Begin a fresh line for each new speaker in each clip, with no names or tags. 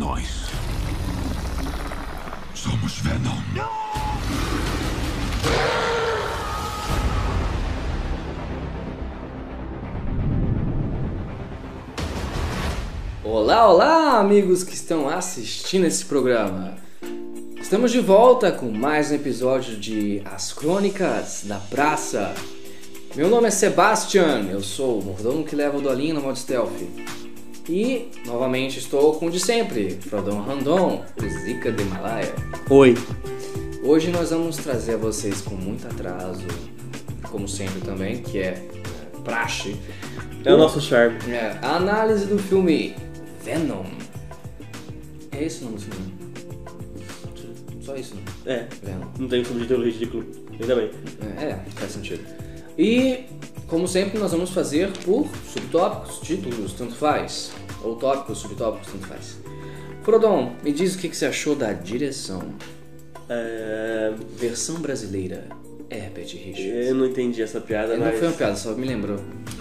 nós. Somos Venom.
Olá, olá, amigos que estão assistindo esse programa. Estamos de volta com mais um episódio de As Crônicas da Praça. Meu nome é Sebastian, eu sou o mordomo que leva o Dolinho no modo stealth. E, novamente, estou com o de sempre, Frodon Randon, o Zika de Himalaia.
Oi.
Hoje nós vamos trazer a vocês com muito atraso, como sempre também, que é é, praxe, Uh.
É o nosso charme.
é, a análise do filme Venom. É esse o nome do filme? Só isso, né?
É.
Venom.
Não tem como de teologia ridículo. Ainda bem.
É, é, faz sentido. E, como sempre, nós vamos fazer por subtópicos, títulos, tanto faz. Ou tópicos, subtópicos, tanto faz. Frodon, me diz o que que você achou da direção.
É,
Versão brasileira, Herbert Richards.
Eu não entendi essa piada,
Não um
mas
foi uma piada, só me lembrou.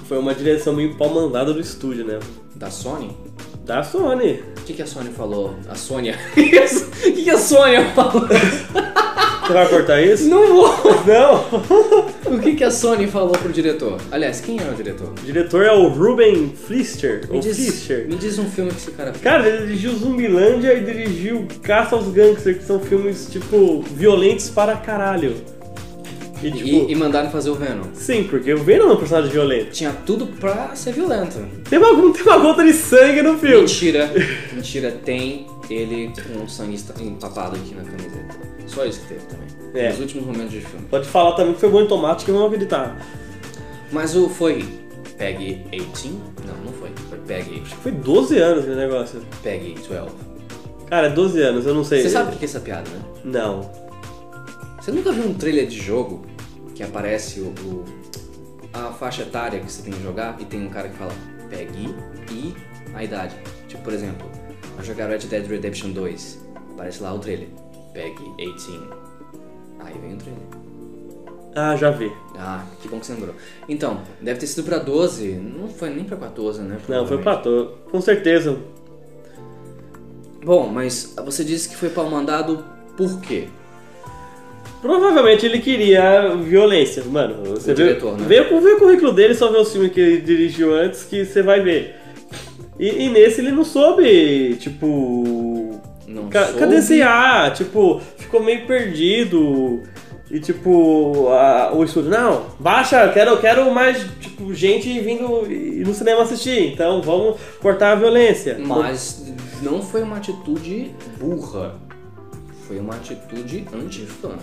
foi uma direção meio palmandada do estúdio, né?
Da Sony?
Da Sony.
O que, que a Sony falou? A Sônia. O que, que a Sônia falou?
Você vai cortar isso?
Não vou!
Não!
O que, que a Sony falou pro diretor? Aliás, quem era o diretor?
O diretor é o Ruben Flister.
Me
ou
diz,
Flister.
me diz um filme que esse cara fez.
Cara, ele dirigiu Zumbilândia e dirigiu Caça aos Gangsters, que são filmes, tipo, violentos para caralho. E, tipo,
E, e mandaram fazer o Venom.
sim, porque o Venom é um personagem violento.
Tinha tudo pra ser violento.
Tem uma, tem uma gota de sangue no filme.
Mentira, mentira, tem ele com o sangue esta- empapado aqui na camiseta. Só isso que teve também.
É.
Nos últimos momentos de filme.
Pode falar também que foi bom em tomate que vão acreditar.
Mas o foi Peg 18? Não, não foi. Foi Peg
Foi 12 anos esse negócio.
Peg 12.
Cara, 12 anos, eu não sei.
Você sabe o que é essa piada, né?
Não.
Você nunca viu um trailer de jogo que aparece o, o- a faixa etária que você tem que jogar e tem um cara que fala pegue e a idade. Tipo, por exemplo, a jogar Red Dead Redemption 2, aparece lá o trailer. Pegue 18. Aí vem o trailer.
Ah, já vi.
Ah, que bom que você lembrou. Então, deve ter sido pra 12, não foi nem pra 14, né?
Não, foi
provavelmente.
pra to- Com certeza.
Bom, mas você disse que foi pra um mandado por quê?
Provavelmente ele queria violência, mano. Você
O
vê,
diretor, né?
vê, o- vê o currículo dele, só vê o filme que ele dirigiu antes que você vai ver. E, e nesse ele não soube, tipo.
Não
Ca
soube.
Cadenciar, tipo, ficou meio perdido. E tipo, a- o estúdio, não, baixa, quero, quero mais tipo, gente vindo e- no cinema assistir, então vamos cortar a violência.
Mas não foi uma atitude burra. Foi uma atitude anti-fã.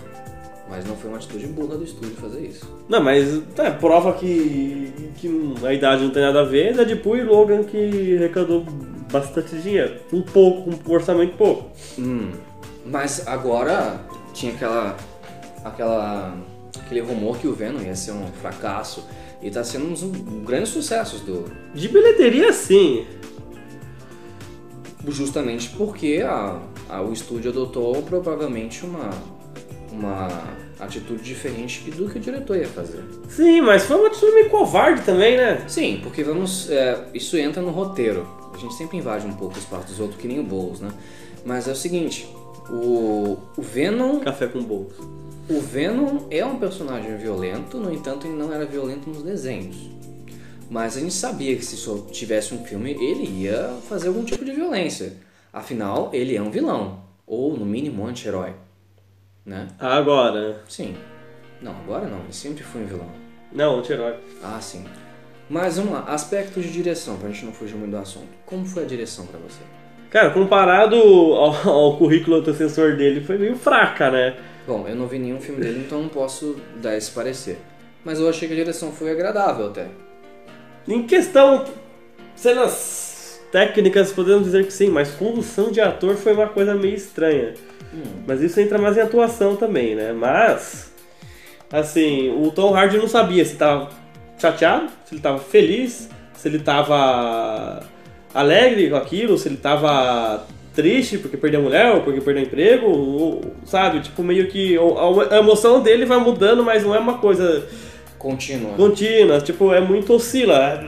Mas não foi uma atitude burra do estúdio fazer isso.
Não, mas tá, prova que, que a idade não tem nada a ver, Deadpool e Logan que arrecadou bastante dinheiro. Um pouco, um orçamento pouco.
Hum. Mas agora tinha aquela. aquela. aquele rumor que o Venom ia ser um fracasso. E tá sendo um dos grandes sucessos do.
De bilheteria sim.
Justamente porque a- a- o estúdio adotou provavelmente uma. uma atitude diferente do que o diretor ia fazer.
Sim, mas foi uma atitude meio covarde também, né?
Sim, porque vamos. é, isso entra no roteiro. A gente sempre invade um pouco o espaço dos outros, que nem o Bowles, né? Mas é o seguinte: o, o Venom.
Café com bolos.
O Venom é um personagem violento, no entanto, ele não era violento nos desenhos. Mas a gente sabia que se só tivesse um filme, ele ia fazer algum tipo de violência. Afinal, ele é um vilão. Ou, no mínimo, um anti-herói. Né?
Agora.
Sim. Não, agora não. Ele sempre foi um vilão.
Não, anti-herói.
Ah, sim. Mas vamos lá, aspectos de direção, pra gente não fugir muito do assunto. Como foi a direção pra você?
Cara, comparado ao, ao currículo antecessor dele, foi meio fraca, né?
Bom, eu não vi nenhum filme dele, então não posso dar esse parecer. Mas eu achei que a direção foi agradável até.
Em questão cenas técnicas, podemos dizer que sim, mas condução de ator foi uma coisa meio estranha.
Hum.
Mas isso entra mais em atuação também, né? Mas, assim, o Tom Hardy não sabia se tava chateado, se ele tava feliz, se ele tava alegre com aquilo, se ele tava triste porque perdeu a mulher ou porque perdeu o emprego, ou- sabe? Tipo, meio que a a emoção dele vai mudando, mas não é uma coisa
Continua.
contínua, tipo, é muito oscila.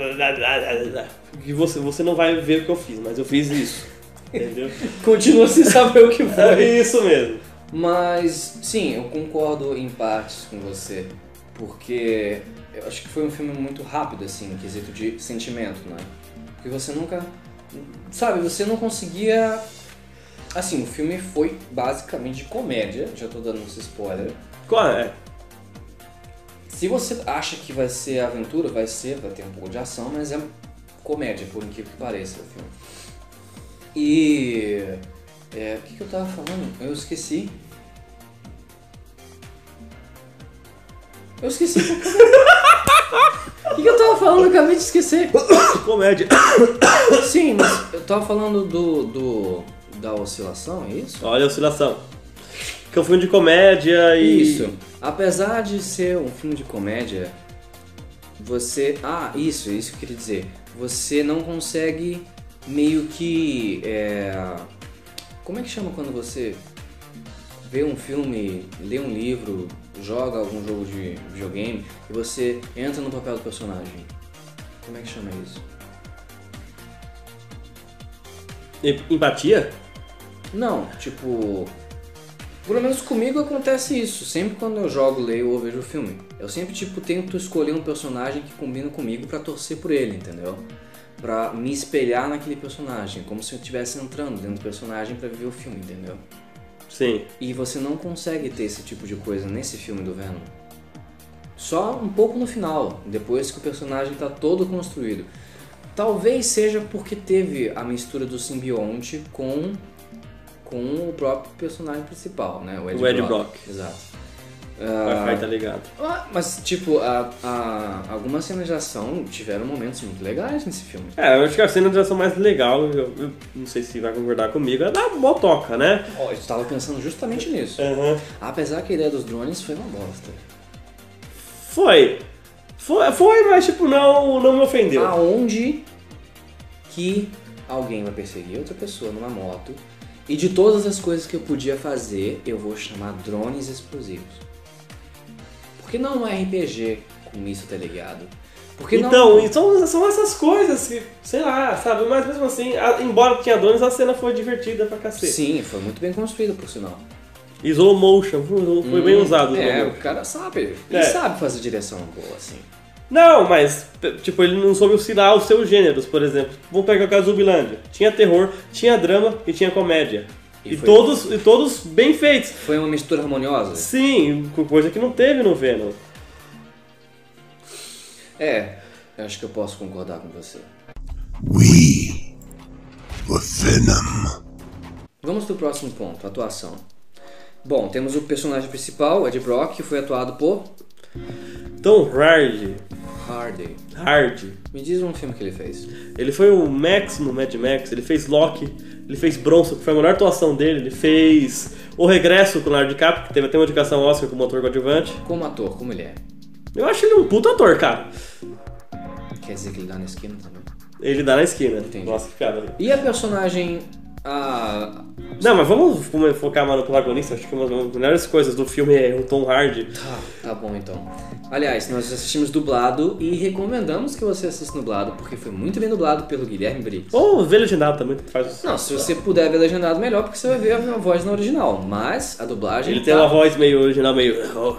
Que você, você não vai ver o que eu fiz, mas eu fiz isso. Entendeu?
Continua sem saber o que
É
foi.
isso mesmo.
Mas, sim, eu concordo em partes com você. Porque eu acho que foi um filme muito rápido, assim, no quesito de sentimento, né? Porque você nunca. Sabe, você não conseguia. Assim, o filme foi basicamente de comédia, já tô dando esse spoiler.
Qual é?
Se você acha que vai ser aventura, vai ser, vai ter um pouco de ação, mas é comédia, por incrível que pareça, o filme. E. é, o que, que eu tava falando? Eu esqueci. Eu esqueci. o que, que eu tava falando? Eu acabei de esquecer.
Comédia.
Sim, mas eu tava falando do. do da oscilação, é isso?
Olha a oscilação. Que é um filme de comédia e.
Isso. Apesar de ser um filme de comédia, você. Ah, isso, isso que eu queria dizer. Você não consegue meio que. é, Como é que chama quando você vê um filme, lê um livro, joga algum jogo de videogame e você entra no papel do personagem? Como é que chama isso?
E- Empatia?
Não, tipo. Pelo menos comigo acontece isso. Sempre quando eu jogo, leio ou vejo o filme. Eu sempre, tipo, tento escolher um personagem que combina comigo pra torcer por ele, entendeu? Pra me espelhar naquele personagem. Como se eu estivesse entrando dentro do personagem pra viver o filme, entendeu?
Sim.
E você não consegue ter esse tipo de coisa nesse filme do Venom. Só um pouco no final, depois que o personagem está todo construído. Talvez seja porque teve a mistura do simbionte com com o próprio personagem principal, né? O Ed,
O Ed
Brock.
Brock.
Exato.
O Wi-Fi tá ligado.
Ah, Mas, tipo, a- a- algumas cenas de ação tiveram momentos muito legais nesse filme.
É, eu acho que a cena de ação mais legal, eu, eu não sei se vai concordar comigo, é da motoca, né?
Ó, eu estava pensando justamente
É.
nisso. Apesar que a ideia dos drones foi uma bosta.
Foi. Foi, foi, mas tipo, não, não me ofendeu.
Ah, aonde que alguém vai perseguir outra pessoa numa moto. E de todas as coisas que eu podia fazer, eu vou chamar drones explosivos. Porque não é RPG com isso, tá ligado? Porque
então,
não... é-
e são, são essas coisas que, sei lá, sabe? Mas mesmo assim, a- embora tinha donos, a cena foi divertida pra cacete.
Sim, foi muito bem construído, por sinal.
Slow motion, foi, foi bem
Hum,
usado. o slow
É,
motion.
o cara sabe. Ele
É.
sabe fazer direção boa, assim.
Não, mas, p- tipo, ele não soube oscilar os seus gêneros, por exemplo. Vamos pegar o caso do Zumbilândia. Tinha terror, tinha drama e tinha comédia.
E
E,
foi-
todos, e todos bem feitos.
Foi uma mistura harmoniosa.
Sim, co- coisa que não teve no Venom.
É, eu acho que eu posso concordar com você.
We were Venom.
Vamos pro próximo ponto, atuação. Bom, temos o personagem principal, Ed Brock, que foi atuado por
Então, Hard,
Hardy.
Hard.
Me diz um filme que ele fez.
Ele foi o Max no Mad Max, ele fez Loki, ele fez Bronson, que foi a melhor atuação dele, ele fez O Regresso com o Leonardo DiCaprio, que teve até uma indicação Oscar como ator coadjuvante.
Como ator, como ele é.
Eu acho ele um puta ator, cara.
Quer dizer que ele dá na esquina também.
Ele dá na esquina.
Entendi.
Nossa, que piada. velho.
E a personagem. A.
Não, mas vamos focar mais no protagonista, acho que uma das melhores coisas do filme é o Tom Hardy.
Tá, tá bom então. Aliás, nós assistimos dublado e recomendamos que você assista dublado, porque foi muito bem dublado pelo Guilherme Briggs.
Ou o legendado também, que faz o...
Não, se você puder ver legendado, melhor, porque você vai ver a voz na original. Mas a dublagem.
Ele
tá-
tem uma voz meio original, meio. "Oh,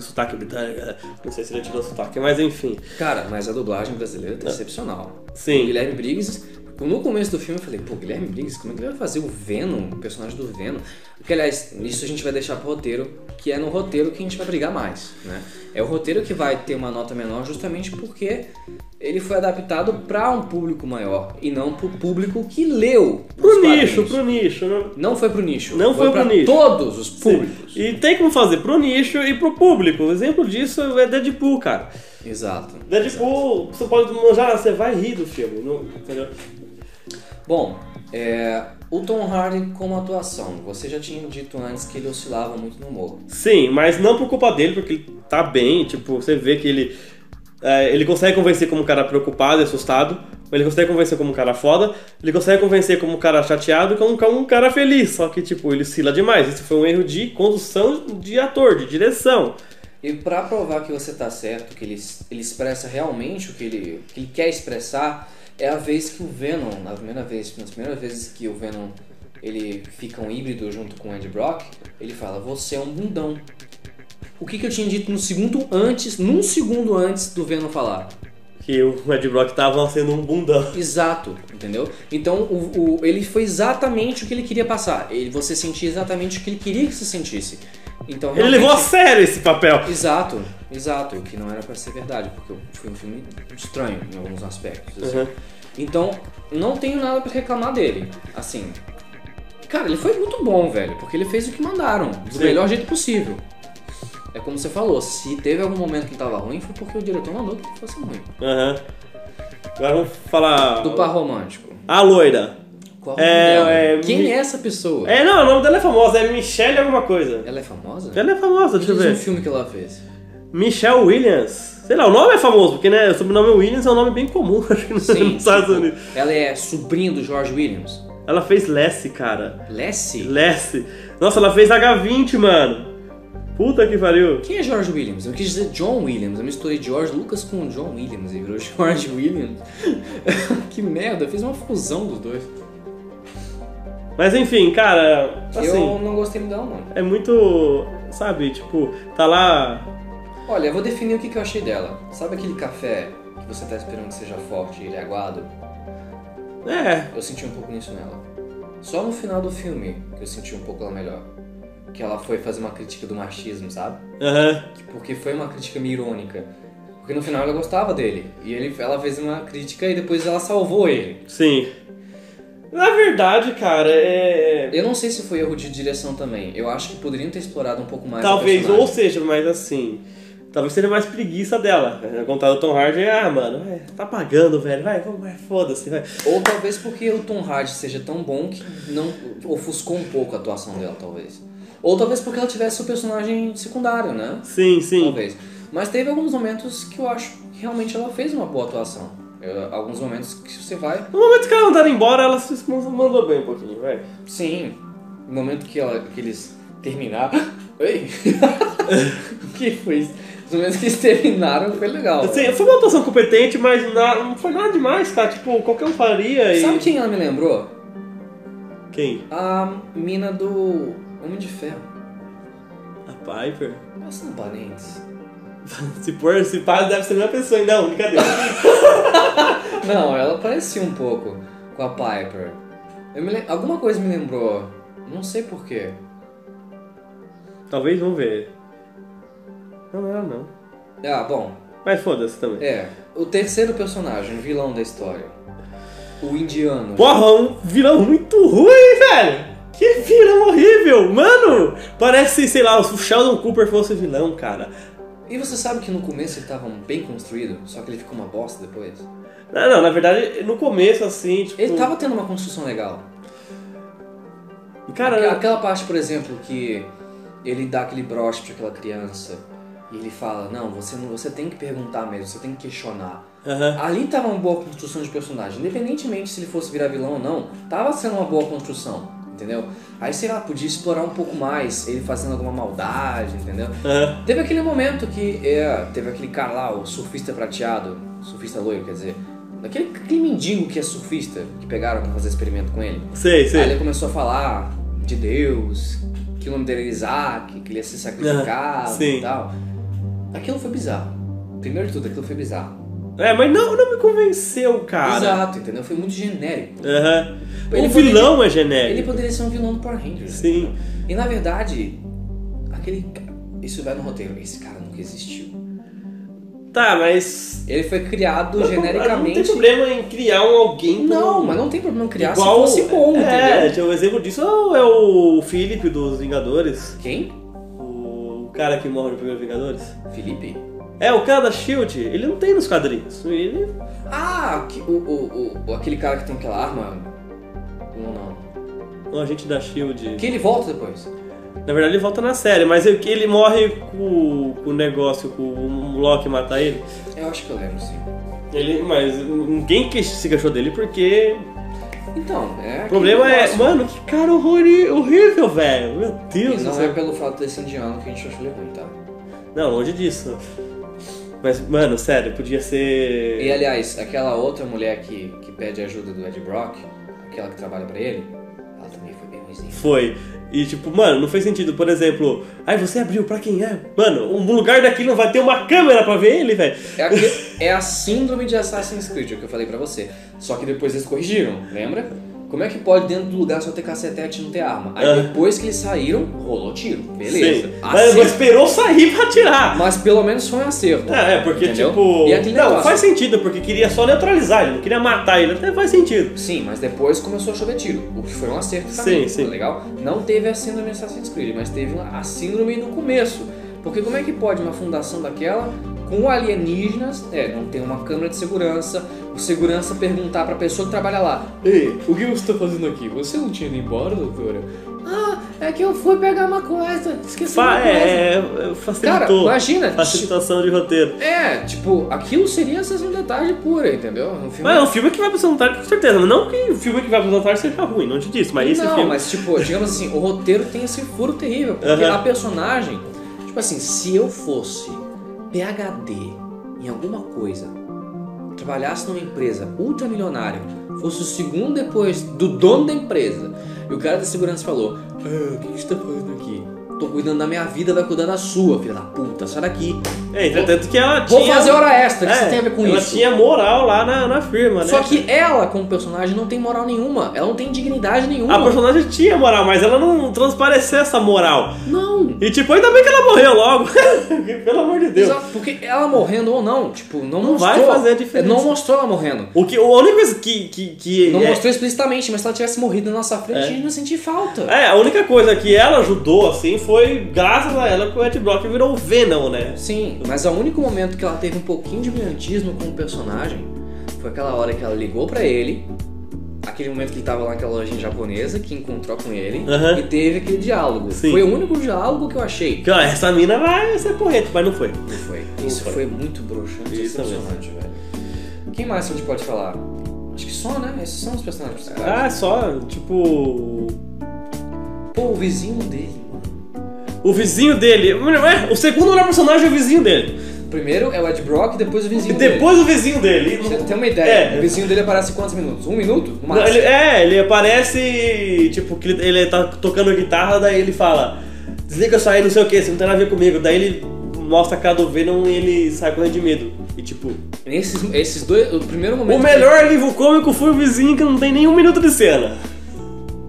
sotaque britânico. né? Não sei se ele tirou sotaque, mas enfim.
Cara, mas a dublagem brasileira tá excepcional.
Ah. Sim.
O Guilherme Briggs, no começo do filme eu falei, pô, Guilherme Briggs, como é que ele vai fazer o Venom, o personagem do Venom? Porque, aliás, isso a gente vai deixar pro roteiro, que é no roteiro que a gente vai brigar mais, né? É o roteiro que vai ter uma nota menor justamente porque ele foi adaptado pra um público maior e não pro público que leu os
Pro nicho,
quadrinhos.
pro nicho, né?
Não foi pro nicho.
Não foi
pra
pro nicho.
todos os públicos.
E tem como fazer pro nicho e pro público. Um exemplo disso é Deadpool, cara.
Exato.
Deadpool, você pode manjar, você vai rir do filme, não- entendeu?
Bom, é, o Tom Hardy como atuação, você já tinha dito antes que ele oscilava muito no humor.
Sim, mas não por culpa dele, porque ele tá bem, tipo, você vê que ele. é, ele consegue convencer como um cara preocupado e assustado, ele consegue convencer como um cara foda, ele consegue convencer como um cara chateado e como, como um cara feliz, só que, tipo, ele oscila demais. Isso foi um erro de condução de ator, de direção.
E pra provar que você tá certo, que ele, ele expressa realmente o que ele, o que ele quer expressar, é a vez que o Venom, na primeira vez, nas primeiras vezes que o Venom ele fica um híbrido junto com o Andy Brock, ele fala: "Você é um bundão". O que, que eu tinha dito no segundo antes, num segundo antes do Venom falar?
Que o Ed Brock tava sendo um bundão.
Exato, entendeu? Então o, o- ele foi exatamente o que ele queria passar. Ele, você sentia exatamente o que ele queria que você sentisse. Então
Ele
realmente-
levou a sério esse papel.
Exato, exato, o que não era pra ser verdade, porque foi um filme estranho em alguns aspectos. assim.
Uhum.
Então, não tenho nada pra reclamar dele. Assim, cara, ele foi muito bom, velho, porque ele fez o que mandaram, do
Sim.
melhor jeito possível. É como você falou, se teve algum momento que ele tava ruim, foi porque o diretor mandou que ele fosse ruim.
Aham. Agora vamos falar.
Do par romântico.
A loira.
Qual o
É,
nome dela?
é,
Quem
mi-
é essa pessoa?
É, não, o nome dela é famosa, é Michelle alguma coisa.
Ela é famosa?
Ela é famosa, deixa eu
Diz um
ver.
filme que ela fez.
Michelle Williams. Sei lá, o nome é famoso, porque né, o sobrenome Williams é um nome bem comum, acho que nos
Sim,
Estados
tipo,
Unidos.
ela é sobrinha do George Williams.
Ela fez Lassie, cara.
Lessie?
Lassie. Nossa, ela fez H20, mano. Puta que pariu.
Quem é George Williams? Eu quis dizer John Williams. Eu misturei George Lucas com John Williams e virou George Williams. que merda, eu fiz uma fusão dos dois.
Mas enfim, cara,
Eu
assim,
não gostei muito dela, não.
é muito. Sabe, tipo, tá lá.
Olha, eu vou definir o que, que eu achei dela. Sabe aquele café que você tá esperando que seja forte e ele é aguado?
É.
Eu senti um pouco nisso nela. Só no final do filme que eu senti um pouco ela melhor. Que ela foi fazer uma crítica do machismo, sabe?
Aham.
Porque foi uma crítica meio irônica. Porque no final ela gostava dele. E ele, ela fez uma crítica e depois ela salvou ele.
Sim. Na verdade, cara, é.
Eu não sei se foi erro de direção também. Eu acho que poderiam ter explorado um pouco mais a
Talvez, ou
personagem.
seja, mas assim. Talvez seja mais preguiça dela. Né? Contar do Tom Hardy é, ah, mano, é, tá pagando, velho. Vai, vamos, vai, foda-se, vai.
Ou talvez porque o Tom Hardy seja tão bom que não ofuscou um pouco a atuação dela, talvez. Ou talvez porque ela tivesse o personagem secundário, né?
Sim, sim.
Talvez. Mas teve alguns momentos que eu acho que realmente ela fez uma boa atuação. Eu- alguns momentos que você vai,
No momento que ela mandaram embora, ela se mandou bem um pouquinho, vai.
Sim. No momento que, ela, que eles terminaram. Oi? O que foi isso? No momento que eles terminaram foi legal.
Assim, foi uma atuação competente, mas na- não foi nada demais, cara. Tipo, qualquer um faria e.
Sabe quem ela me lembrou?
Quem?
A mina do Homem de Ferro.
A Piper?
Elas são parentes.
Se for, se pá, deve ser a mesma pessoa, não, brincadeira.
Não, ela parecia um pouco com a Piper. Eu me lem- Alguma coisa me lembrou. Não sei porquê.
Talvez, vamos ver. Não, não era não.
Ah, bom.
Mas foda-se também.
É. O terceiro personagem, o vilão da história. O indiano.
Porra, um vilão muito ruim, velho! Que vilão horrível! Mano! Parece, sei lá, se o Sheldon Cooper fosse vilão, cara.
E você sabe que no começo ele tava bem construído, só que ele ficou uma bosta depois?
Não, não, na verdade, no começo, assim, tipo.
Ele tava tendo uma construção legal. Aquela,
Cara,
aquela parte, por exemplo, que ele dá aquele broche pra aquela criança e ele fala, não, você não, você tem que perguntar mesmo, você tem que questionar.
aham.
Ali tava uma boa construção de personagem, independentemente se ele fosse virar vilão ou não, tava sendo uma boa construção, entendeu? Aí, sei lá, podia explorar um pouco mais ele fazendo alguma maldade, entendeu?
aham.
Teve aquele momento que é, teve aquele cara lá, o surfista prateado, surfista loiro, quer dizer, aquele, aquele mendigo que é surfista, que pegaram pra fazer experimento com ele.
Sei, sei.
Aí ele começou a falar de Deus, que o nome dele era Isaac, que ele ia ser sacrificado
Ah, sim.
e tal. Aquilo foi bizarro. Primeiro de tudo, aquilo foi bizarro.
É, mas não, não me convenceu, cara.
Exato, entendeu? Foi muito genérico.
Aham.
Ele
O vilão é
Ele
genérico.
poderia ser um vilão do Power Rangers.
Sim.
E na verdade, aquele. ca- Isso vai no roteiro. Esse cara nunca existiu.
Tá, mas.
Ele foi criado
Não, Não tem
genericamente.
problema em criar um alguém.
Não,
com-
mas não tem problema criar
igual.
se fosse bom,
é,
entendeu?
tipo, o exemplo disso é o- é o Felipe dos Vingadores.
Quem?
O cara que morre no primeiro Vingadores.
Felipe?
É, o cara da Shield, ele não tem nos quadrinhos. Ele.
Ah, que- o, o, o- aquele cara que tem aquela arma. Não, não.
O é um agente da Shield.
Que ele volta depois.
Na verdade ele volta na série, mas é que ele morre com, com o negócio, com o Loki matar ele.
Eu acho que eu lembro, sim.
Ele. Mas ninguém que se queixou dele porque
Então, é.
O problema é, mano, que cara horrori- horrível, velho. Meu
E
Deus do
não é
céu.
pelo fato desse indiano que a gente achou ele ruim, tá?
Não, longe disso. Mas, mano, sério, podia ser.
E aliás, aquela outra mulher que, que pede ajuda do Ed Brock, aquela que trabalha pra ele, ela também foi bem ruimzinha.
Foi. E tipo, mano, não fez sentido. Por exemplo, ai, você abriu pra quem é? Mano, um lugar daqui não vai ter uma câmera pra ver ele, velho.
É, aquele- é a síndrome de Assassin's Creed, é o que eu falei pra você. Só que depois eles corrigiram, lembra? Como é que pode dentro do lugar só ter cacetete e não ter arma? Aí
Ah.
depois que eles saíram, rolou tiro. Beleza. Assim.
Sim. Mas,
Acerto.
mas esperou sair pra atirar.
Mas pelo menos foi um acerto.
É, é, porque
entendeu?
tipo.
E aquele
não,
negócio.
faz sentido, porque queria só neutralizar ele, não queria matar ele. Até faz sentido.
Sim, mas depois começou a chover tiro, o que foi um acerto
Sim,
também,
sim.
tá legal? Não teve a síndrome Assassin's Creed, mas teve uma- a síndrome no começo. Porque como é que pode uma fundação daquela com alienígenas, é, não tem uma câmera de segurança, o segurança perguntar pra pessoa que trabalha lá, Ei, o que você tá fazendo aqui? Você não tinha ido embora, doutora? Ah, é que eu fui pegar uma coisa, esqueci
Fa
uma coisa.
é, é, facilitou.
Cara, imagina, tipo-
Facilitação de roteiro.
é, tipo, aquilo seria a sessão da tarde pura, entendeu? Um filme
Mas é um filme que vai pro Sessão da Tarde, com certeza. Mas não que o filme que vai pro Sessão da Tarde seja ruim, não te disse. Mas esse
não,
filme.
mas tipo, digamos assim, o roteiro tem esse furo terrível, porque
Aham.
a personagem, tipo assim, se eu fosse PhD em alguma coisa, trabalhasse numa empresa ultramilionária, fosse o segundo depois do dono da empresa, e o cara da segurança falou, ah, o que que você tá fazendo aqui? Tô cuidando da minha vida, vai cuidar da sua, filha da puta, sai daqui.
É, entretanto que ela
Vou
tinha.
fazer hora extra, o que
É,
você tem a ver com
ela
isso?
tinha moral lá na, na firma, né?
Só que ela, como personagem, não tem moral nenhuma, ela não tem dignidade nenhuma.
A personagem tinha moral, mas ela não transpareceu essa moral.
Não!
E tipo, ainda bem que ela morreu logo. Pelo amor de Deus.
Exato, porque ela morrendo ou não, tipo, não,
Não
mostrou.
vai fazer a diferença.
Não mostrou ela morrendo.
O que, a única coisa que. que, que
Não
é,
mostrou explicitamente, mas se ela tivesse morrido na nossa frente, a gente não ia sentir falta.
é, a única coisa que ela ajudou, assim, foi graças a ela que o Ed Brock virou o Venom, né?
Sim, mas é o único momento que ela teve um pouquinho de brilhantismo com o personagem foi aquela hora que ela ligou pra ele, aquele momento que ele tava lá naquela lojinha japonesa, que encontrou com ele,
Aham.
e teve aquele diálogo.
Sim.
Foi o único diálogo que eu achei.
Que, ó, essa mina vai ser porreta, mas não foi.
Foi. Isso
Foi.
foi muito bruxante e
Isso mesmo.
decepcionante, velho. Quem mais que a gente pode falar? Acho que só, né? Esses são os personagens principais.
Ah, só, tipo.
Pô, o vizinho dele, mano.
O vizinho dele. Ué, O segundo melhor personagem é o vizinho dele.
Primeiro é o Ed Brock, depois o
E
vizinho dele.
depois o vizinho dele.
Você tem uma ideia,
É.
o vizinho dele aparece quantos minutos? Um minuto? No
Não,
máximo.
ele- é, ele aparece, tipo, que ele, ele tá tocando guitarra, daí ele fala, desliga isso aí, não sei o que, você não tem nada a ver comigo. Daí ele mostra a cara do Venom e ele sai correndo de medo. E tipo,
Nesses, esses dois, o primeiro
o
momento...
melhor livro cômico foi o vizinho que não tem nenhum minuto de cena.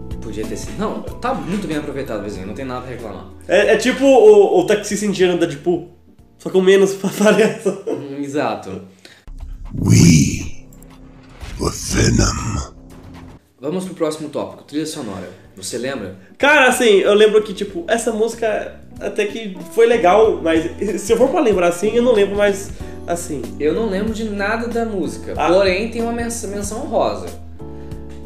que- Podia ter sido... Não, tá muito bem aproveitado o vizinho, não tem nada pra reclamar.
É, é tipo o, o taxista indiano da Deadpool, só com menos aparência.
Hum, Exato.
We the Venom.
Vamos pro próximo tópico, trilha sonora. Você lembra?
Cara, assim, eu lembro que, tipo, essa música até que foi legal, mas se eu for pra lembrar assim, eu não lembro, mas assim...
Eu não lembro de nada da música,
Ah.
porém tem uma mens- menção rosa.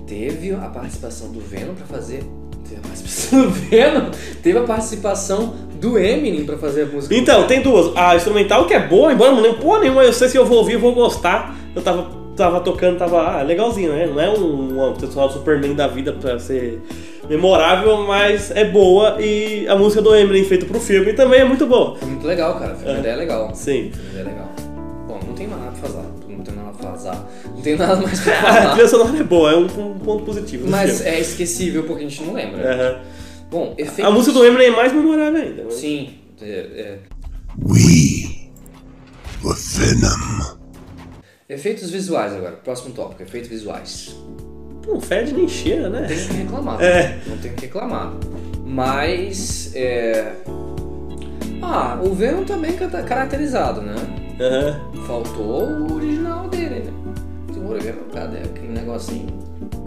Teve a participação do Venom pra fazer. Teve a participação do Venom? Teve a participação do Eminem pra fazer a música.
Então, tem duas. A instrumental que é boa, embora eu não lembro porra nenhuma, eu sei se eu vou ouvir, eu vou gostar. Eu tava, tava tocando, tava ah, legalzinho, né? Não é um, um pessoal Superman da vida pra ser memorável, mas é boa. E a música do Eminem feita pro filme também é muito boa.
Foi muito legal, cara. Foi uma
É.
ideia legal.
Sim.
Foi uma ideia é legal. Bom, não tem mais nada pra falar. Não tem nada pra falar. Não tem nada mais pra
A
falar.
trilha sonora é boa, é um, um ponto positivo. do
Ah. Mas
filme.
é esquecível porque a gente não lembra.
Aham.
Bom, efeito.
A música do Eminem é mais memorável ainda. mas-
Sim. é- é.
We the Venom.
Efeitos visuais agora. Próximo tópico, efeitos visuais.
Não fede nem cheira, né?
tenho que reclamar.
É.
Não tenho que reclamar. Mas. É... Ah, o Venom tá bem cata- caracterizado, né?
Aham.
Faltou o original dele, né? Tem um origami, Cadê aquele negocinho?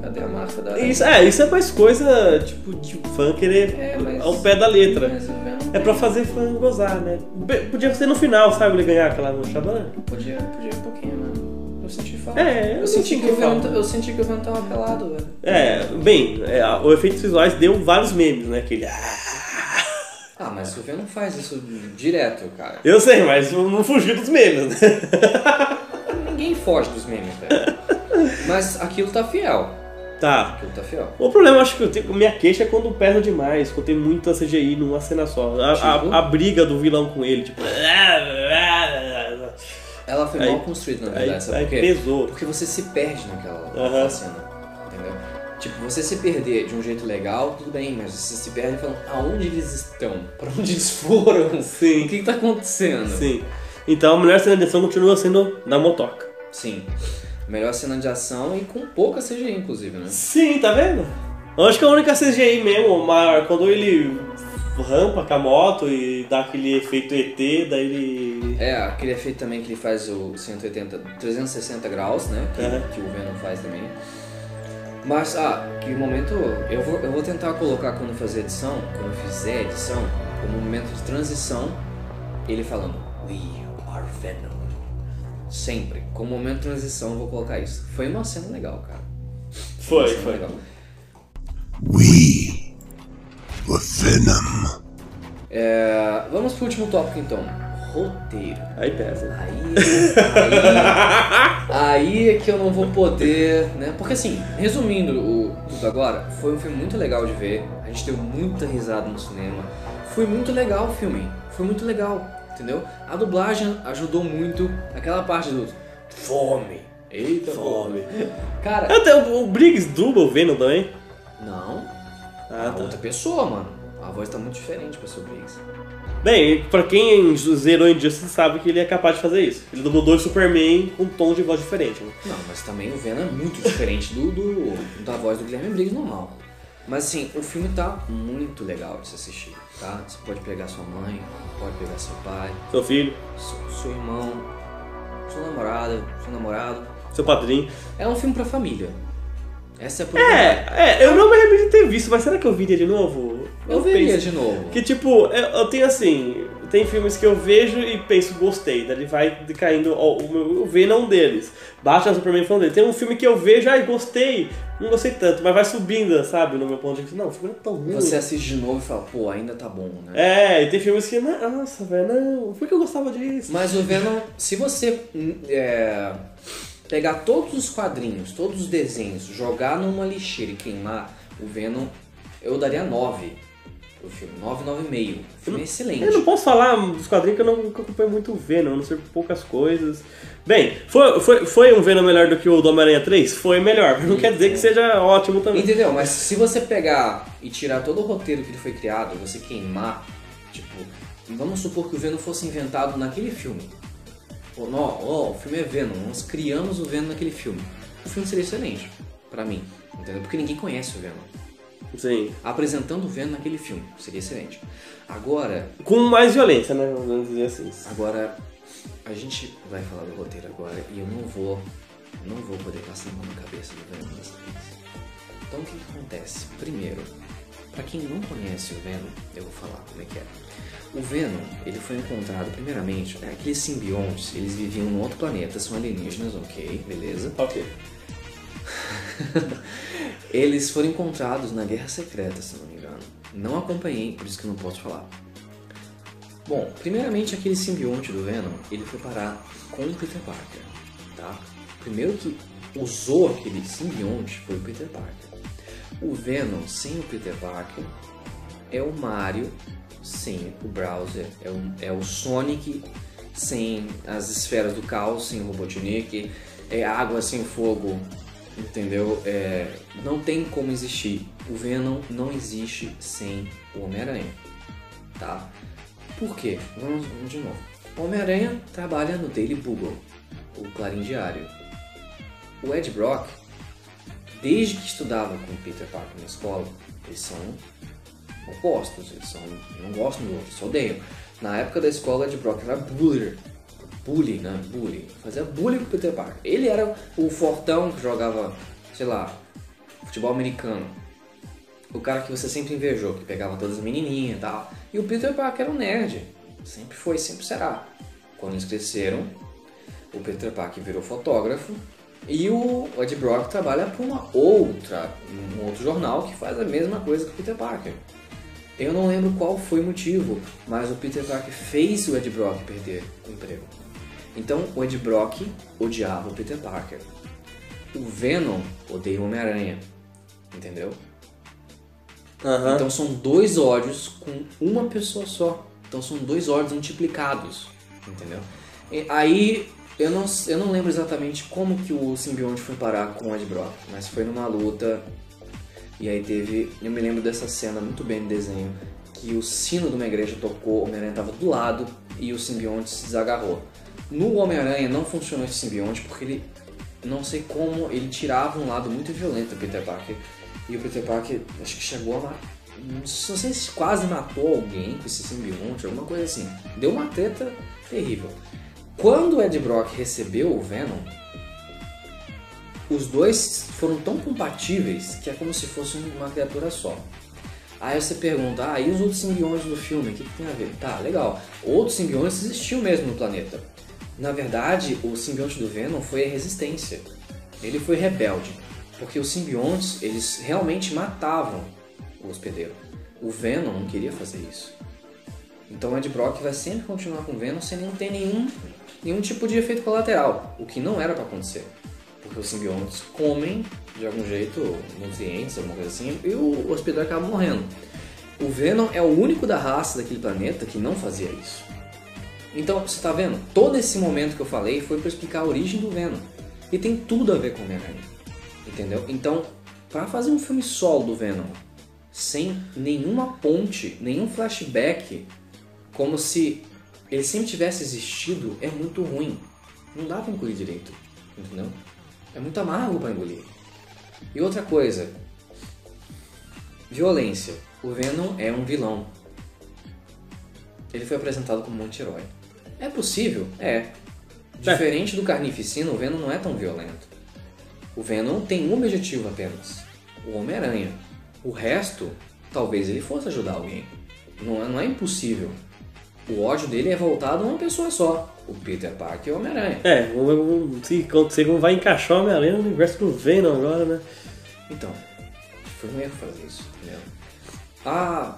Cadê a marca da.
Isso, é, isso é mais coisa, tipo, de fã querer
É, mas-
ao pé da letra.
Mas o Venom
É pra fazer fã gozar, né? Be- podia ser no final, sabe? Ele ganhar aquela chabana.
podia, podia um pouquinho, né? Eu senti falta.
É, eu
eu,
não
senti
senti
que o Venom,
falta.
eu senti que o Venom tava pelado, velho.
É, bem, é, a- o efeitos visuais deu vários memes, né? Aquele. "Ah".
Ah, mas o Venom faz isso direto, cara.
Eu sei, mas não não fugiu dos memes, né?
Ninguém foge dos memes, velho. mas aquilo tá fiel.
Tá.
Aquilo tá fiel.
O problema, acho que eu tenho, minha queixa é quando pesa demais, quando tem muita CGI numa cena só. A, a-
Tipo?
a briga do vilão com ele, tipo. "Ah, ah, ah".
Ela foi
Aí-
mal construída, na
Aí,
verdade, sabe
aí
por quê?
pesou.
Porque você se perde naquela
Aham.
cena, entendeu? Tipo, você se perder de um jeito legal, tudo bem, mas você se perde falando aonde eles estão, pra onde eles foram, o
Sim,
que, que tá acontecendo.
sim. Então a melhor cena de ação continua sendo da motoca.
Sim. Melhor cena de ação e com pouca CGI, inclusive, né?
Sim, tá vendo? Eu acho que a única CGI mesmo, maior, quando ele rampa com a moto e dá aquele efeito ET, daí ele.
É, aquele efeito também que ele faz o 180, 360 graus, né? Que,
Aham.
que o Venom faz também. Mas, ah, que momento. Eu vou, eu vou tentar colocar quando fazer edição, quando fizer edição, como um momento de transição, ele falando We are Venom. Sempre. Como momento de transição, eu vou colocar isso. Foi uma cena legal, cara. uma
Foi,
cena
foi.
legal.
We the Venom.
É, vamos pro último tópico então: roteiro.
Aí pesa. né?
Aí, aí, aí é que eu não vou poder, né? Porque assim, resumindo o tudo agora, foi um filme muito legal de ver. A gente deu muita risada no cinema. Foi muito legal o filme. Foi muito legal, entendeu? A dublagem ajudou muito aquela parte do fome. Eita
Fome.
Cara,
Até Então, o, o Briggs dubla o Venom também.
não.
Ah,
a outra pessoa, mano. A voz tá muito diferente pra seu Briggs.
Bem, pra quem zerou Injustice sabe que ele é capaz de fazer isso. Ele dublou dois Superman com um tom de voz diferente. né?
Não, mas também o Venom é muito diferente do, do- da voz do Guilherme Briggs normal. Mas assim, o filme tá muito legal de se assistir, tá? Você pode pegar sua mãe, pode pegar seu pai,
Seu filho,
seu, seu irmão, sua namorada, seu namorado.
seu padrinho.
É um filme pra família. Essa é a prioridade.
É, é, eu não me arrependo de ter visto, mas será que eu viria de novo?
Eu veria
penso-
de novo.
Que tipo, eu, eu tenho assim, tem filmes que eu vejo e penso, gostei, daí ele vai decaindo, ó, o meu o Venom é um deles, Batman Superman foi um deles. Tem um filme que eu vejo, ai, gostei, não gostei tanto, mas vai subindo, sabe, no meu ponto de vista. Não, o filme não é tão ruim.
Você assiste de novo e fala, pô, ainda tá bom, né?
É, e tem filmes que, "Não, nossa, velho, não, por que eu gostava disso?
Mas o Venom, se você hum, é, pegar todos os quadrinhos, todos os desenhos, jogar numa lixeira e queimar, o Venom, eu daria 9 pro filme. 9, 9,5. O filme é excelente.
Eu não posso falar dos quadrinhos que eu não que eu acompanho muito o Venom, eu não sei poucas coisas. Bem, foi, foi, foi um Venom melhor do que o do Homem-Aranha 3? Foi melhor, mas não quer dizer que seja ótimo também.
Entendeu? Mas se você pegar e tirar todo o roteiro que ele foi criado, você queimar, tipo, vamos supor que o Venom fosse inventado naquele filme. Pô, não, ó, o filme é Venom, nós criamos o Venom naquele filme. O filme seria excelente, pra mim, entendeu? Porque ninguém conhece o Venom.
Sim.
apresentando o Venom naquele filme. Seria excelente. Agora,
Com mais violência, né? Vamos dizer assim.
agora a gente vai falar do roteiro agora e eu não vou, não vou poder passar a mão na cabeça do Venom dessa vez. Então o que, que acontece? Primeiro, pra quem não conhece o Venom, eu vou falar como é que é. O Venom, ele foi encontrado primeiramente, né, aqueles simbiontes, eles viviam num outro planeta, são alienígenas, ok, beleza.
Ok.
Eles foram encontrados na Guerra Secreta, se não me engano. Não acompanhei, por isso que eu não posso falar. Bom, primeiramente aquele simbionte do Venom, ele foi parar com o Peter Parker, tá? Primeiro que usou aquele simbionte foi o Peter Parker. O Venom sem o Peter Parker é o Mario sem o Browser, é o, é o Sonic sem as esferas do caos, sem o Robotnik, é água sem fogo, entendeu? É, não tem como existir. O Venom não existe sem o Homem-Aranha, tá? Por quê? Vamos, vamos de novo. O Homem-Aranha trabalha no Daily Bugle, o Clarim Diário. O Ed Brock, desde que estudava com o Peter Parker na escola, eles são opostos, eles são, não gostam do outro, se odeiam. Na época da escola, Ed Brock era bully, bully, né? Bully. Fazia bullying com o Peter Parker. Ele era o fortão que jogava, sei lá, futebol americano. O cara que você sempre invejou, que pegava todas as menininhas e tal. E o Peter Parker era um nerd. Sempre foi, sempre será. Quando eles cresceram, o Peter Parker virou fotógrafo. E o Ed Brock trabalha para uma outra, um outro jornal que faz a mesma coisa que o Peter Parker. Eu não lembro qual foi o motivo, mas o Peter Parker fez o Ed Brock perder o emprego. Então o Ed Brock odiava o Peter Parker. O Venom odeia o Homem-Aranha. Entendeu?
Aham.
Então são dois ódios com uma pessoa só. Então são dois ódios multiplicados, entendeu? E aí Eu não, eu não lembro exatamente como que o simbionte foi parar com o Ed Brock, mas foi numa luta. E aí teve. Eu me lembro dessa cena muito bem no desenho. Que o sino de uma igreja tocou, o Homem-Aranha tava do lado e o simbionte se desagarrou. No Homem-Aranha não funcionou esse simbionte porque ele. Não sei como, ele tirava um lado muito violento do Peter Parker. E o Peter Parker acho que chegou a matar. Não sei se quase matou alguém com esse simbionte, alguma coisa assim. Deu uma treta terrível. Quando o Ed Brock recebeu o Venom, os dois foram tão compatíveis que é como se fosse uma criatura só. Aí você pergunta, ah, e os outros simbiontes do filme? O que, que tem a ver? Tá, legal. Outros simbiontes existiam mesmo no planeta. Na verdade, o simbionte do Venom foi a resistência. Ele foi rebelde. Porque os simbiontes, eles realmente matavam o hospedeiro. O Venom não queria fazer isso. Então o Ed Brock vai sempre continuar com o Venom sem nem ter nenhum, nenhum tipo de efeito colateral, o que não era pra acontecer. Porque os simbiontes comem, de algum jeito, nutrientes, alguma coisa assim, e o hospedeiro acaba morrendo. O Venom é o único da raça daquele planeta que não fazia isso. Então, você tá vendo? Todo esse momento que eu falei foi pra explicar a origem do Venom. E tem tudo a ver com o Homem-Aranha. Entendeu? Então, pra fazer um filme solo do Venom, sem nenhuma ponte, nenhum flashback como se ele sempre tivesse existido, é muito ruim. Não dá pra engolir direito, entendeu? É muito amargo pra engolir. E outra coisa, violência. O Venom é um vilão. Ele foi apresentado como um anti-herói. É possível? É. Diferente do Carnificina, o Venom não é tão violento. O Venom tem um objetivo apenas: o Homem-Aranha. O resto, talvez ele fosse ajudar alguém. Não é- não é impossível. O ódio dele é voltado a uma pessoa só: o Peter Parker e o Homem-Aranha.
É, vamos ver como- se acontecer como vai encaixar o Homem-Aranha no universo do Venom agora, né?
Então, foi um erro fazer isso, entendeu? Ah,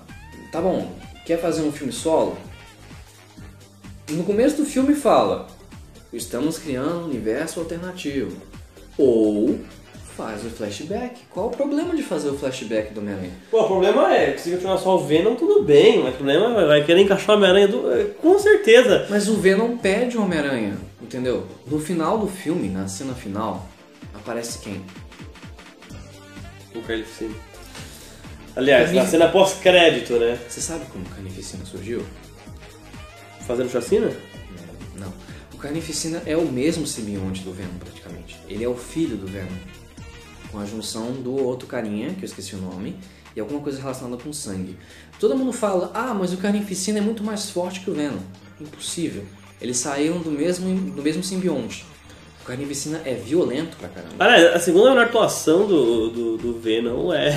tá bom. Quer fazer um filme solo? No começo do filme fala: estamos criando um universo alternativo. Ou faz o flashback. Qual o problema de fazer o flashback do Homem-Aranha?
Pô, o problema é que se continuar só o Venom, tudo bem, mas o problema é vai querer encaixar o Homem-Aranha do- é, com certeza.
Mas o Venom pede o Homem-Aranha, entendeu? No final do filme, na cena final, aparece quem?
O Carnificina. Aliás, na
Carnificina.
cena pós-crédito, né?
Você sabe como o Carnificina surgiu?
Fazendo chacina?
É, Não. O Carnificina é o mesmo simbionte do Venom, praticamente. Ele é o filho do Venom. Com a junção do outro carinha, que eu esqueci o nome, e alguma coisa relacionada com sangue. Todo mundo fala, ah, mas o Carnificina é muito mais forte que o Venom. Impossível. Eles saíram do mesmo, do mesmo simbionte. O Carnificina é violento pra caramba.
Aliás, a segunda melhor atuação do, do, do Venom é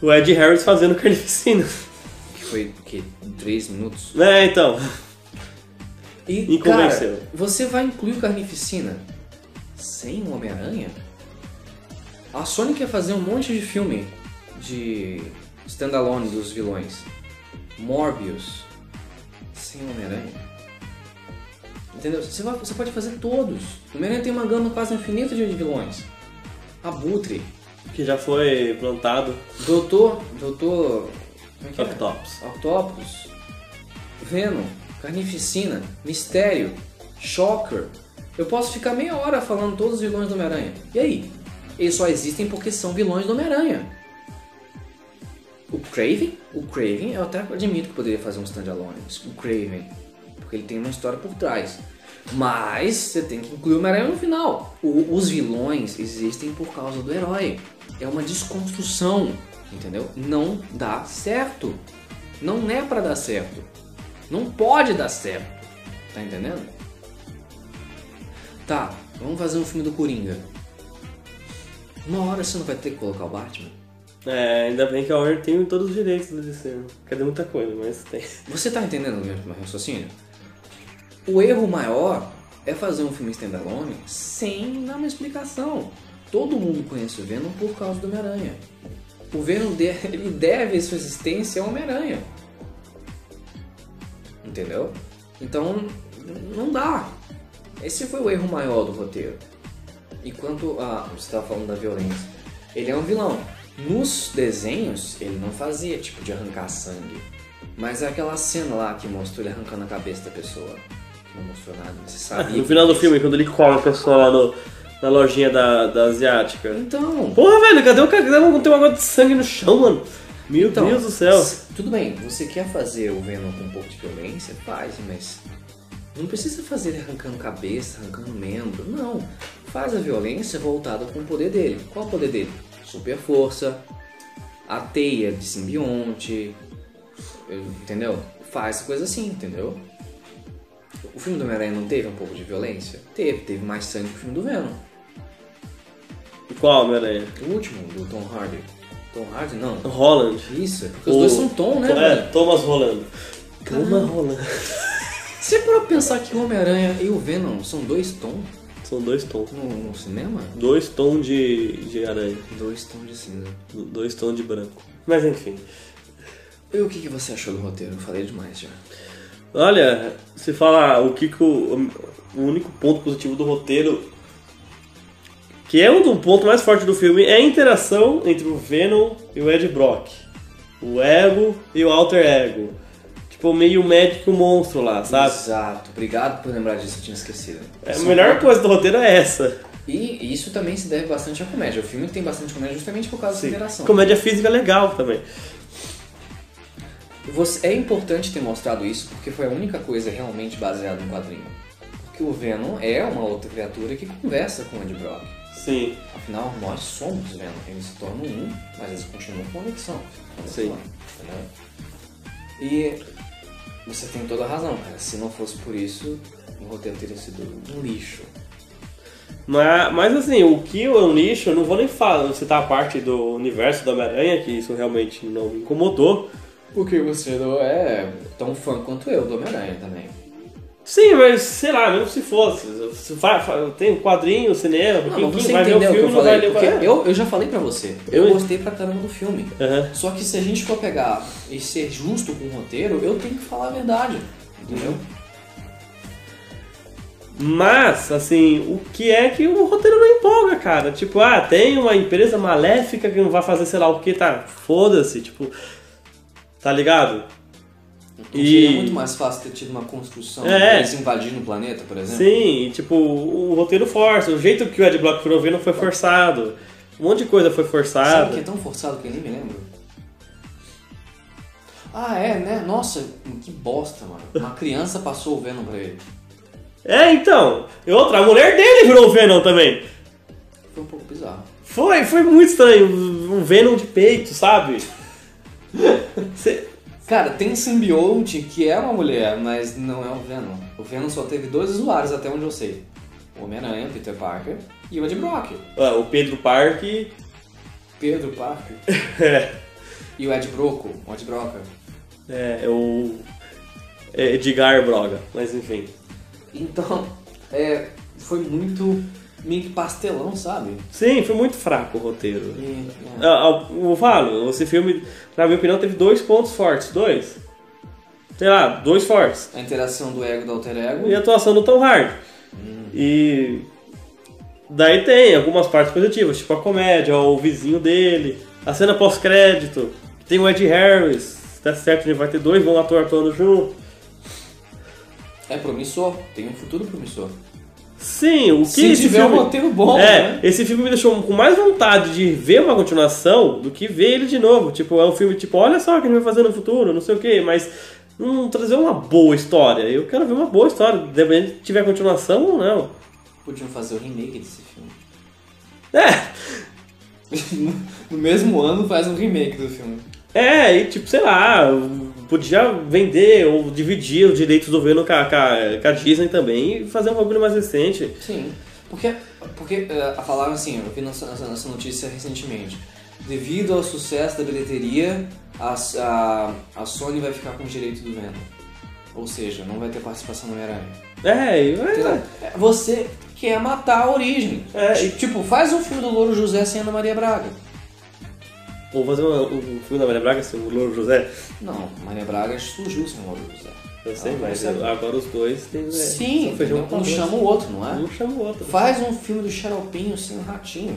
o Ed Harris fazendo Carnificina.
Que foi, o quê? Três minutos?
É, então.
E,
Me
cara,
convenceu.
você vai incluir o Carnificina sem o Homem-Aranha? A Sony quer fazer um monte de filme de standalone dos vilões. Morbius sem o Homem-Aranha. Entendeu? Você, vai- você pode fazer todos. O Homem-Aranha tem uma gama quase infinita de vilões. Abutre,
Que já foi plantado.
Doutor, Doutor... Como é que é?
Octopus.
Octopus, Venom, Carnificina, Mistério, Shocker. Eu posso ficar meia hora falando todos os vilões do Homem-Aranha. E aí? Eles só existem porque são vilões do Homem-Aranha. O Craven? O Craven, eu até admito que poderia fazer um standalone. O Craven. Porque ele tem uma história por trás. Mas você tem que incluir o Homem-Aranha no final. O- os vilões existem por causa do herói. É uma desconstrução. Entendeu? Não dá certo. Não é pra dar certo. Não pode dar certo. Tá entendendo? Tá, vamos fazer um filme do Coringa. Uma hora você não vai ter que colocar o Batman.
É, ainda bem que a Warner tem todos os direitos do DC. né? Quer dizer, muita coisa, mas tem.
Você tá entendendo o meu raciocínio? O erro maior é fazer um filme standalone sem dar uma explicação. Todo mundo conhece o Venom por causa do Homem-Aranha. O Venom de- ele deve sua existência ao Homem-Aranha. Entendeu? Então, n- não dá. Esse foi o erro maior do roteiro. E quanto a. Você estava falando da violência. Ele é um vilão. Nos desenhos, ele não fazia tipo de arrancar sangue. Mas é aquela cena lá que mostrou ele arrancando a cabeça da pessoa. Que emocionado, mas você
Ah,
sabia.
No
que-
final do filme, quando ele cola o pessoal lá no- na lojinha da, da asiática.
Então.
Porra, velho, cadê o cara? Tem uma gota de sangue no chão, mano. Meu
então,
Deus do céu.
s- Tudo bem, você quer fazer o Venom com um pouco de violência? Faz, mas. Não precisa fazer ele arrancando cabeça, arrancando membro. Não. Faz a violência voltada com o poder dele. Qual o poder dele? Super força, a teia de simbionte. eu- Entendeu? Faz coisa assim, entendeu? O filme do Homem-Aranha não teve um pouco de violência? Teve, teve mais sangue que o filme do Venom.
E Qual, Homem-Aranha?
O último, do Tom Hardy. Tom Hardy não.
Holland.
Isso, é porque os dois são Tom, né?
É,
velho?
Thomas Holland.
Caramba.
Thomas Holland.
Você parou pra pensar que o Homem-Aranha e o Venom são dois Tom
São dois tons.
no, no cinema?
Dois tons de, de aranha.
Dois Tom de cinza.
Dois tons de branco. Mas enfim.
E o que, que você achou do roteiro? Eu falei demais já.
Olha, se fala o que, que o, o único ponto positivo do roteiro, que é um do ponto mais forte do filme, é a interação entre o Venom e o Ed Brock. O ego e o alter ego. Tipo, meio médico monstro lá, sabe?
Exato. Obrigado por lembrar disso, eu tinha esquecido.
Tá. É, a melhor coisa do roteiro é essa.
E isso também se deve bastante à comédia. O filme tem bastante comédia justamente por causa da interação.
Comédia física é legal também.
Você- é importante ter mostrado isso porque foi a única coisa realmente baseada no quadrinho. Porque o Venom é uma outra criatura que conversa com o Ed Brock.
Sim.
Afinal, nós somos né? Venom. Eles se tornam um, mas eles continuam com conexão.
Sim.
Entendeu? E você tem toda a razão, cara. Se não fosse por isso, o roteiro teria sido um lixo.
Mas, mas assim, o que é um lixo, eu não vou nem falar, citar a parte do universo da Homem-Aranha, que isso realmente não me incomodou.
Porque você não é tão fã quanto eu do Homem-Aranha também.
Sim, mas sei lá, mesmo se fosse. Se fa- fa- tem um quadrinho, cinema,
Não,
quem,
Ah, mas
quem
você
vai ver o
entendeu o que
filme
eu
não vai
falei.
ler o
Porque
quadrinho.
eu, eu já falei pra você.
Eu-
Eu gostei pra caramba do filme.
Aham.
Só que se a gente for pegar e ser justo com o roteiro, eu tenho que falar a verdade. Entendeu?
Mas, assim, o que é que o roteiro não empolga, cara? Tipo, ah, tem uma empresa maléfica que não vai fazer sei lá o que, tá? Foda-se, tipo. Tá ligado?
Então Seria
E-
muito mais fácil ter tido uma construção
É.
eles invadindo o planeta, por exemplo.
Sim, e, tipo, o roteiro força, o jeito que o Ed Block virou Venom foi forçado. Um monte de coisa foi
Sabe o que é
forçada.
tão forçado que eu nem me lembro? Ah, é, né? Nossa, que bosta, mano. Uma criança passou o Venom pra ele.
É, então. E outra, a mulher dele virou o Venom também.
Foi um pouco bizarro.
Foi, foi muito estranho. Um Venom de peito, sabe? Cê-
Cara, tem simbionte que é uma mulher, mas não é o Venom. O Venom só teve dois usuários até onde eu sei. O Homem-Aranha, Peter Parker e o Ed Brock.
Ah, o Pedro é, Parque.
Pedro Parker
É,
e o Ed Broco. O Ed Broca.
é, é o. é Edgar Broga, mas enfim.
Então, é, foi muito meio que pastelão, sabe?
Sim, foi muito fraco o roteiro.
E, é.
Ah, ah, Eu falo, esse filme, na minha opinião, teve dois pontos fortes. Dois. Sei lá, dois fortes.
A interação do ego do alter ego.
e a atuação do Tom Hardy. E daí tem algumas partes positivas, tipo a comédia, o vizinho dele, a cena pós-crédito, tem o Ed Harris, se der certo ele vai ter dois bons atores atuando junto.
É promissor, tem um futuro promissor.
Sim, o que
Se
esse
tiver
filme...
um roteiro bom,
é,
né?
esse filme me deixou com mais vontade de ver uma continuação do que ver ele de novo. Tipo, é um filme tipo, olha só o que ele vai fazer no futuro, não sei o que, mas não trazer uma boa história. Eu quero ver uma boa história, dependendo se tiver continuação ou não.
Podiam fazer o remake desse filme.
É,
no mesmo ano faz um remake do filme.
É, e tipo, sei lá, podia vender ou dividir os direitos do Venom com a, com a- com a Disney também e fazer um bagulho mais recente.
Sim. Porque, porque eh, falaram assim, eu vi nessa, nessa- nessa notícia recentemente. Devido ao sucesso da bilheteria, a, a, a Sony vai ficar com o direito do Venom. Ou seja, não vai ter participação no Homem-Aranha.
É, e-
Entendeu? É, Você quer matar a origem.
É, e-
Tipo, faz um filme do Louro José sem Ana Maria Braga.
Ou fazer uma- um, um filme da Maria Braga, assim, o Louro José.
Não, Maria Braga surgiu sem Louro José.
Eu sei,
Ah,
mas
você-
eu- agora os dois têm. né,
Sim,
são feijão
entendeu?
com
um
arroz.
chama o outro, não é?
Um chama o outro.
Faz um filme do Xaropinho sem o Ratinho.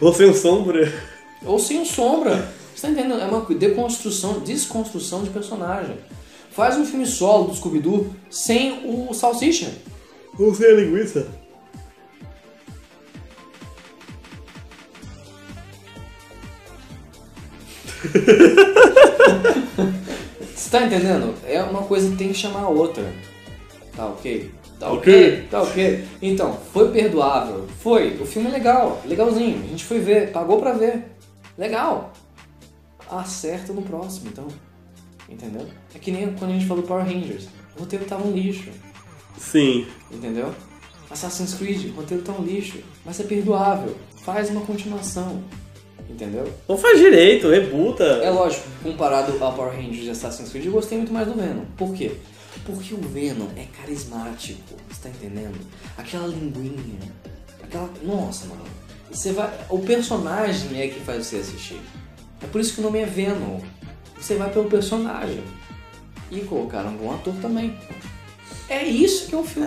Ou sem o sombra.
Ou sem o Sombra. Você tá entendendo? É uma deconstrução, desconstrução de personagem. Faz um filme solo do Scooby-Doo sem o Salsicha.
Não sei a linguiça.
Você tá entendendo? É uma coisa que tem que chamar a outra. Tá ok? Tá ok?
Ok.
Tá ok. Então, foi perdoável. Foi. O filme é legal. Legalzinho. A gente foi ver. Pagou pra ver. Legal. Acerta no próximo, então. Entendeu? É que nem quando a gente falou Power Rangers. O roteiro tava um lixo.
Sim.
Entendeu? Assassin's Creed. O roteiro tá um lixo. Mas é perdoável. Faz uma continuação. Entendeu?
Ou Então faz direito, rebuta.
É lógico, comparado a Power Rangers de Assassin's Creed, eu gostei muito mais do Venom. Por quê? Porque o Venom é carismático, você tá entendendo? Aquela linguinha, aquela. Nossa, mano. Você vai. O personagem é que faz você assistir. É por isso que o nome é Venom. Você vai pelo personagem. E colocaram um bom ator também. É isso que é um filme.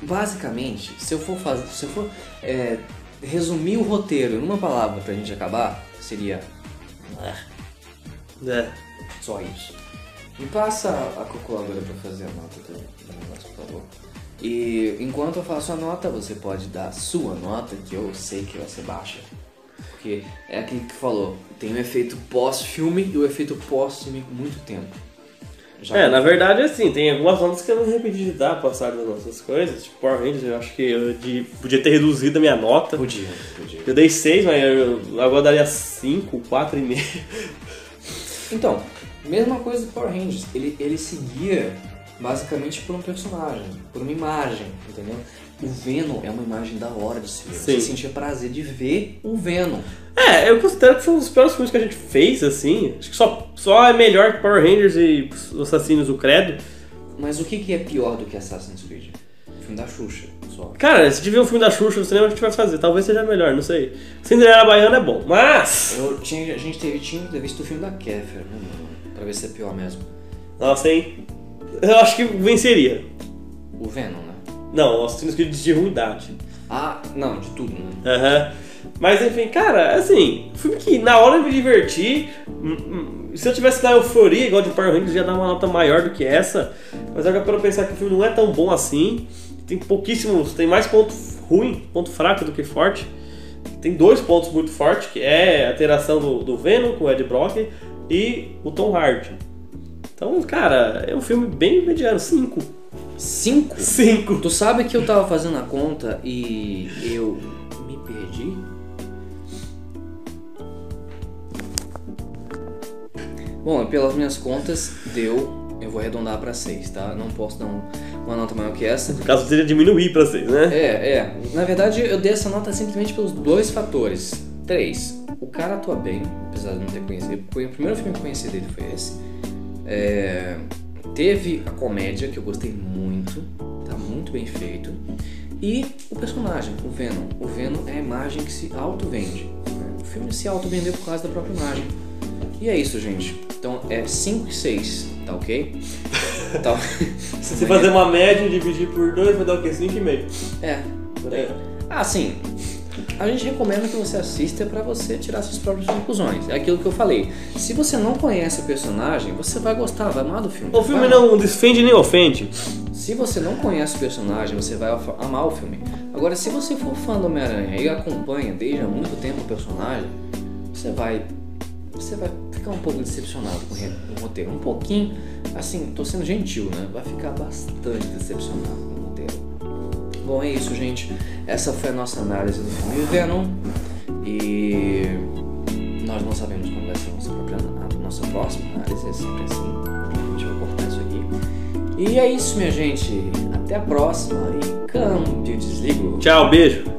Basicamente, se eu for fazer. Se eu for é, resumir o roteiro numa palavra pra gente acabar, seria
É.
só isso. Me passa a calculadora pra fazer a nota do, do negócio, por favor. E enquanto eu faço a nota, você pode dar a sua nota, que eu sei que vai ser baixa. Porque é aquilo que falou, tem o efeito pós-filme e o efeito pós-filme com muito tempo. Já
É,
que-
na verdade, assim, tem algumas notas que eu não arrependi de dar passar das nossas coisas. Tipo, Power Rangers, eu acho que eu de- podia ter reduzido a minha nota.
Podia, podia.
Eu dei 6, mas eu, agora eu daria 5, 4,5.
Então, mesma coisa do Power Rangers. Ele, ele seguia basicamente por um personagem, por uma imagem, entendeu? O Venom é uma imagem da hora de se ver. Você
Sim.
sentia prazer de ver o Venom.
É, eu considero que foi um dos piores filmes que a gente fez, assim. Acho que só, só é melhor que Power Rangers e Os Assassinos do Credo.
Mas o que, que é pior do que Assassin's Creed? O filme da Xuxa, só.
Cara, se tiver um filme da Xuxa no cinema, a gente vai fazer. Talvez seja melhor, não sei. Cinderela Baiana é bom, mas...
Eu tinha, a gente teve, tinha que ter visto o filme da Kéfera, né, mano? Pra ver se é pior mesmo.
Nossa, hein? Eu acho que venceria.
O Venom, né?
Não, Os Assassinos Creed de ruindade.
Ah, não, de tudo, né?
Aham. Mas enfim, cara, assim, filme que na hora eu me diverti. hum, hum, Se eu tivesse na euforia, igual de Power Rangers, eu ia dar uma nota maior do que essa. Mas agora para pensar que o filme não é tão bom assim. Tem pouquíssimos, tem mais ponto ruim, ponto fraco do que forte. Tem dois pontos muito fortes, que é a interação do, do Venom com o Ed Brock e o Tom Hardy. Então, cara, é um filme bem mediano. Cinco.
Cinco?
Cinco.
Tu sabe que eu tava fazendo a conta e eu me perdi? Bom, pelas minhas contas, deu. Eu vou arredondar pra seis, tá? Não posso dar um- uma nota maior que essa.
Caso seria diminuir pra vocês, né?
É, é. Na verdade, eu dei essa nota simplesmente pelos dois fatores. Três. O cara atua bem, apesar de não ter conhecido. Foi o primeiro filme que eu conheci dele foi esse. É, Teve a comédia, que eu gostei muito. Tá muito bem feito. E o personagem, o Venom. O Venom é a imagem que se auto-vende. né? O filme se auto-vendeu por causa da própria imagem. E é isso, gente. Então é 5 e 6, tá ok? Tá...
Se você fazer uma média e dividir por dois, vai dar o quê? 5,5.
É, por aí. Ah, sim. A gente recomenda que você assista pra você tirar suas próprias conclusões. É aquilo que eu falei. Se você não conhece o personagem, você vai gostar, vai amar do filme.
O filme
Vai
não defende nem ofende.
se você não conhece o personagem, você vai af- amar o filme. Agora, se você for fã do Homem-Aranha e acompanha desde há muito tempo o personagem, você vai você vai ficar um pouco decepcionado com o re- com o roteiro. Um pouquinho, assim, tô sendo gentil, né? Vai ficar bastante decepcionado com o roteiro. Bom, é isso, gente. Essa foi a nossa análise do filme Venom. E nós não sabemos como vai ser a nossa, própria, a nossa próxima análise, é sempre assim. A gente vai cortar isso aqui. E é isso, minha gente. Até a próxima e câmbio desligo.
Tchau, beijo.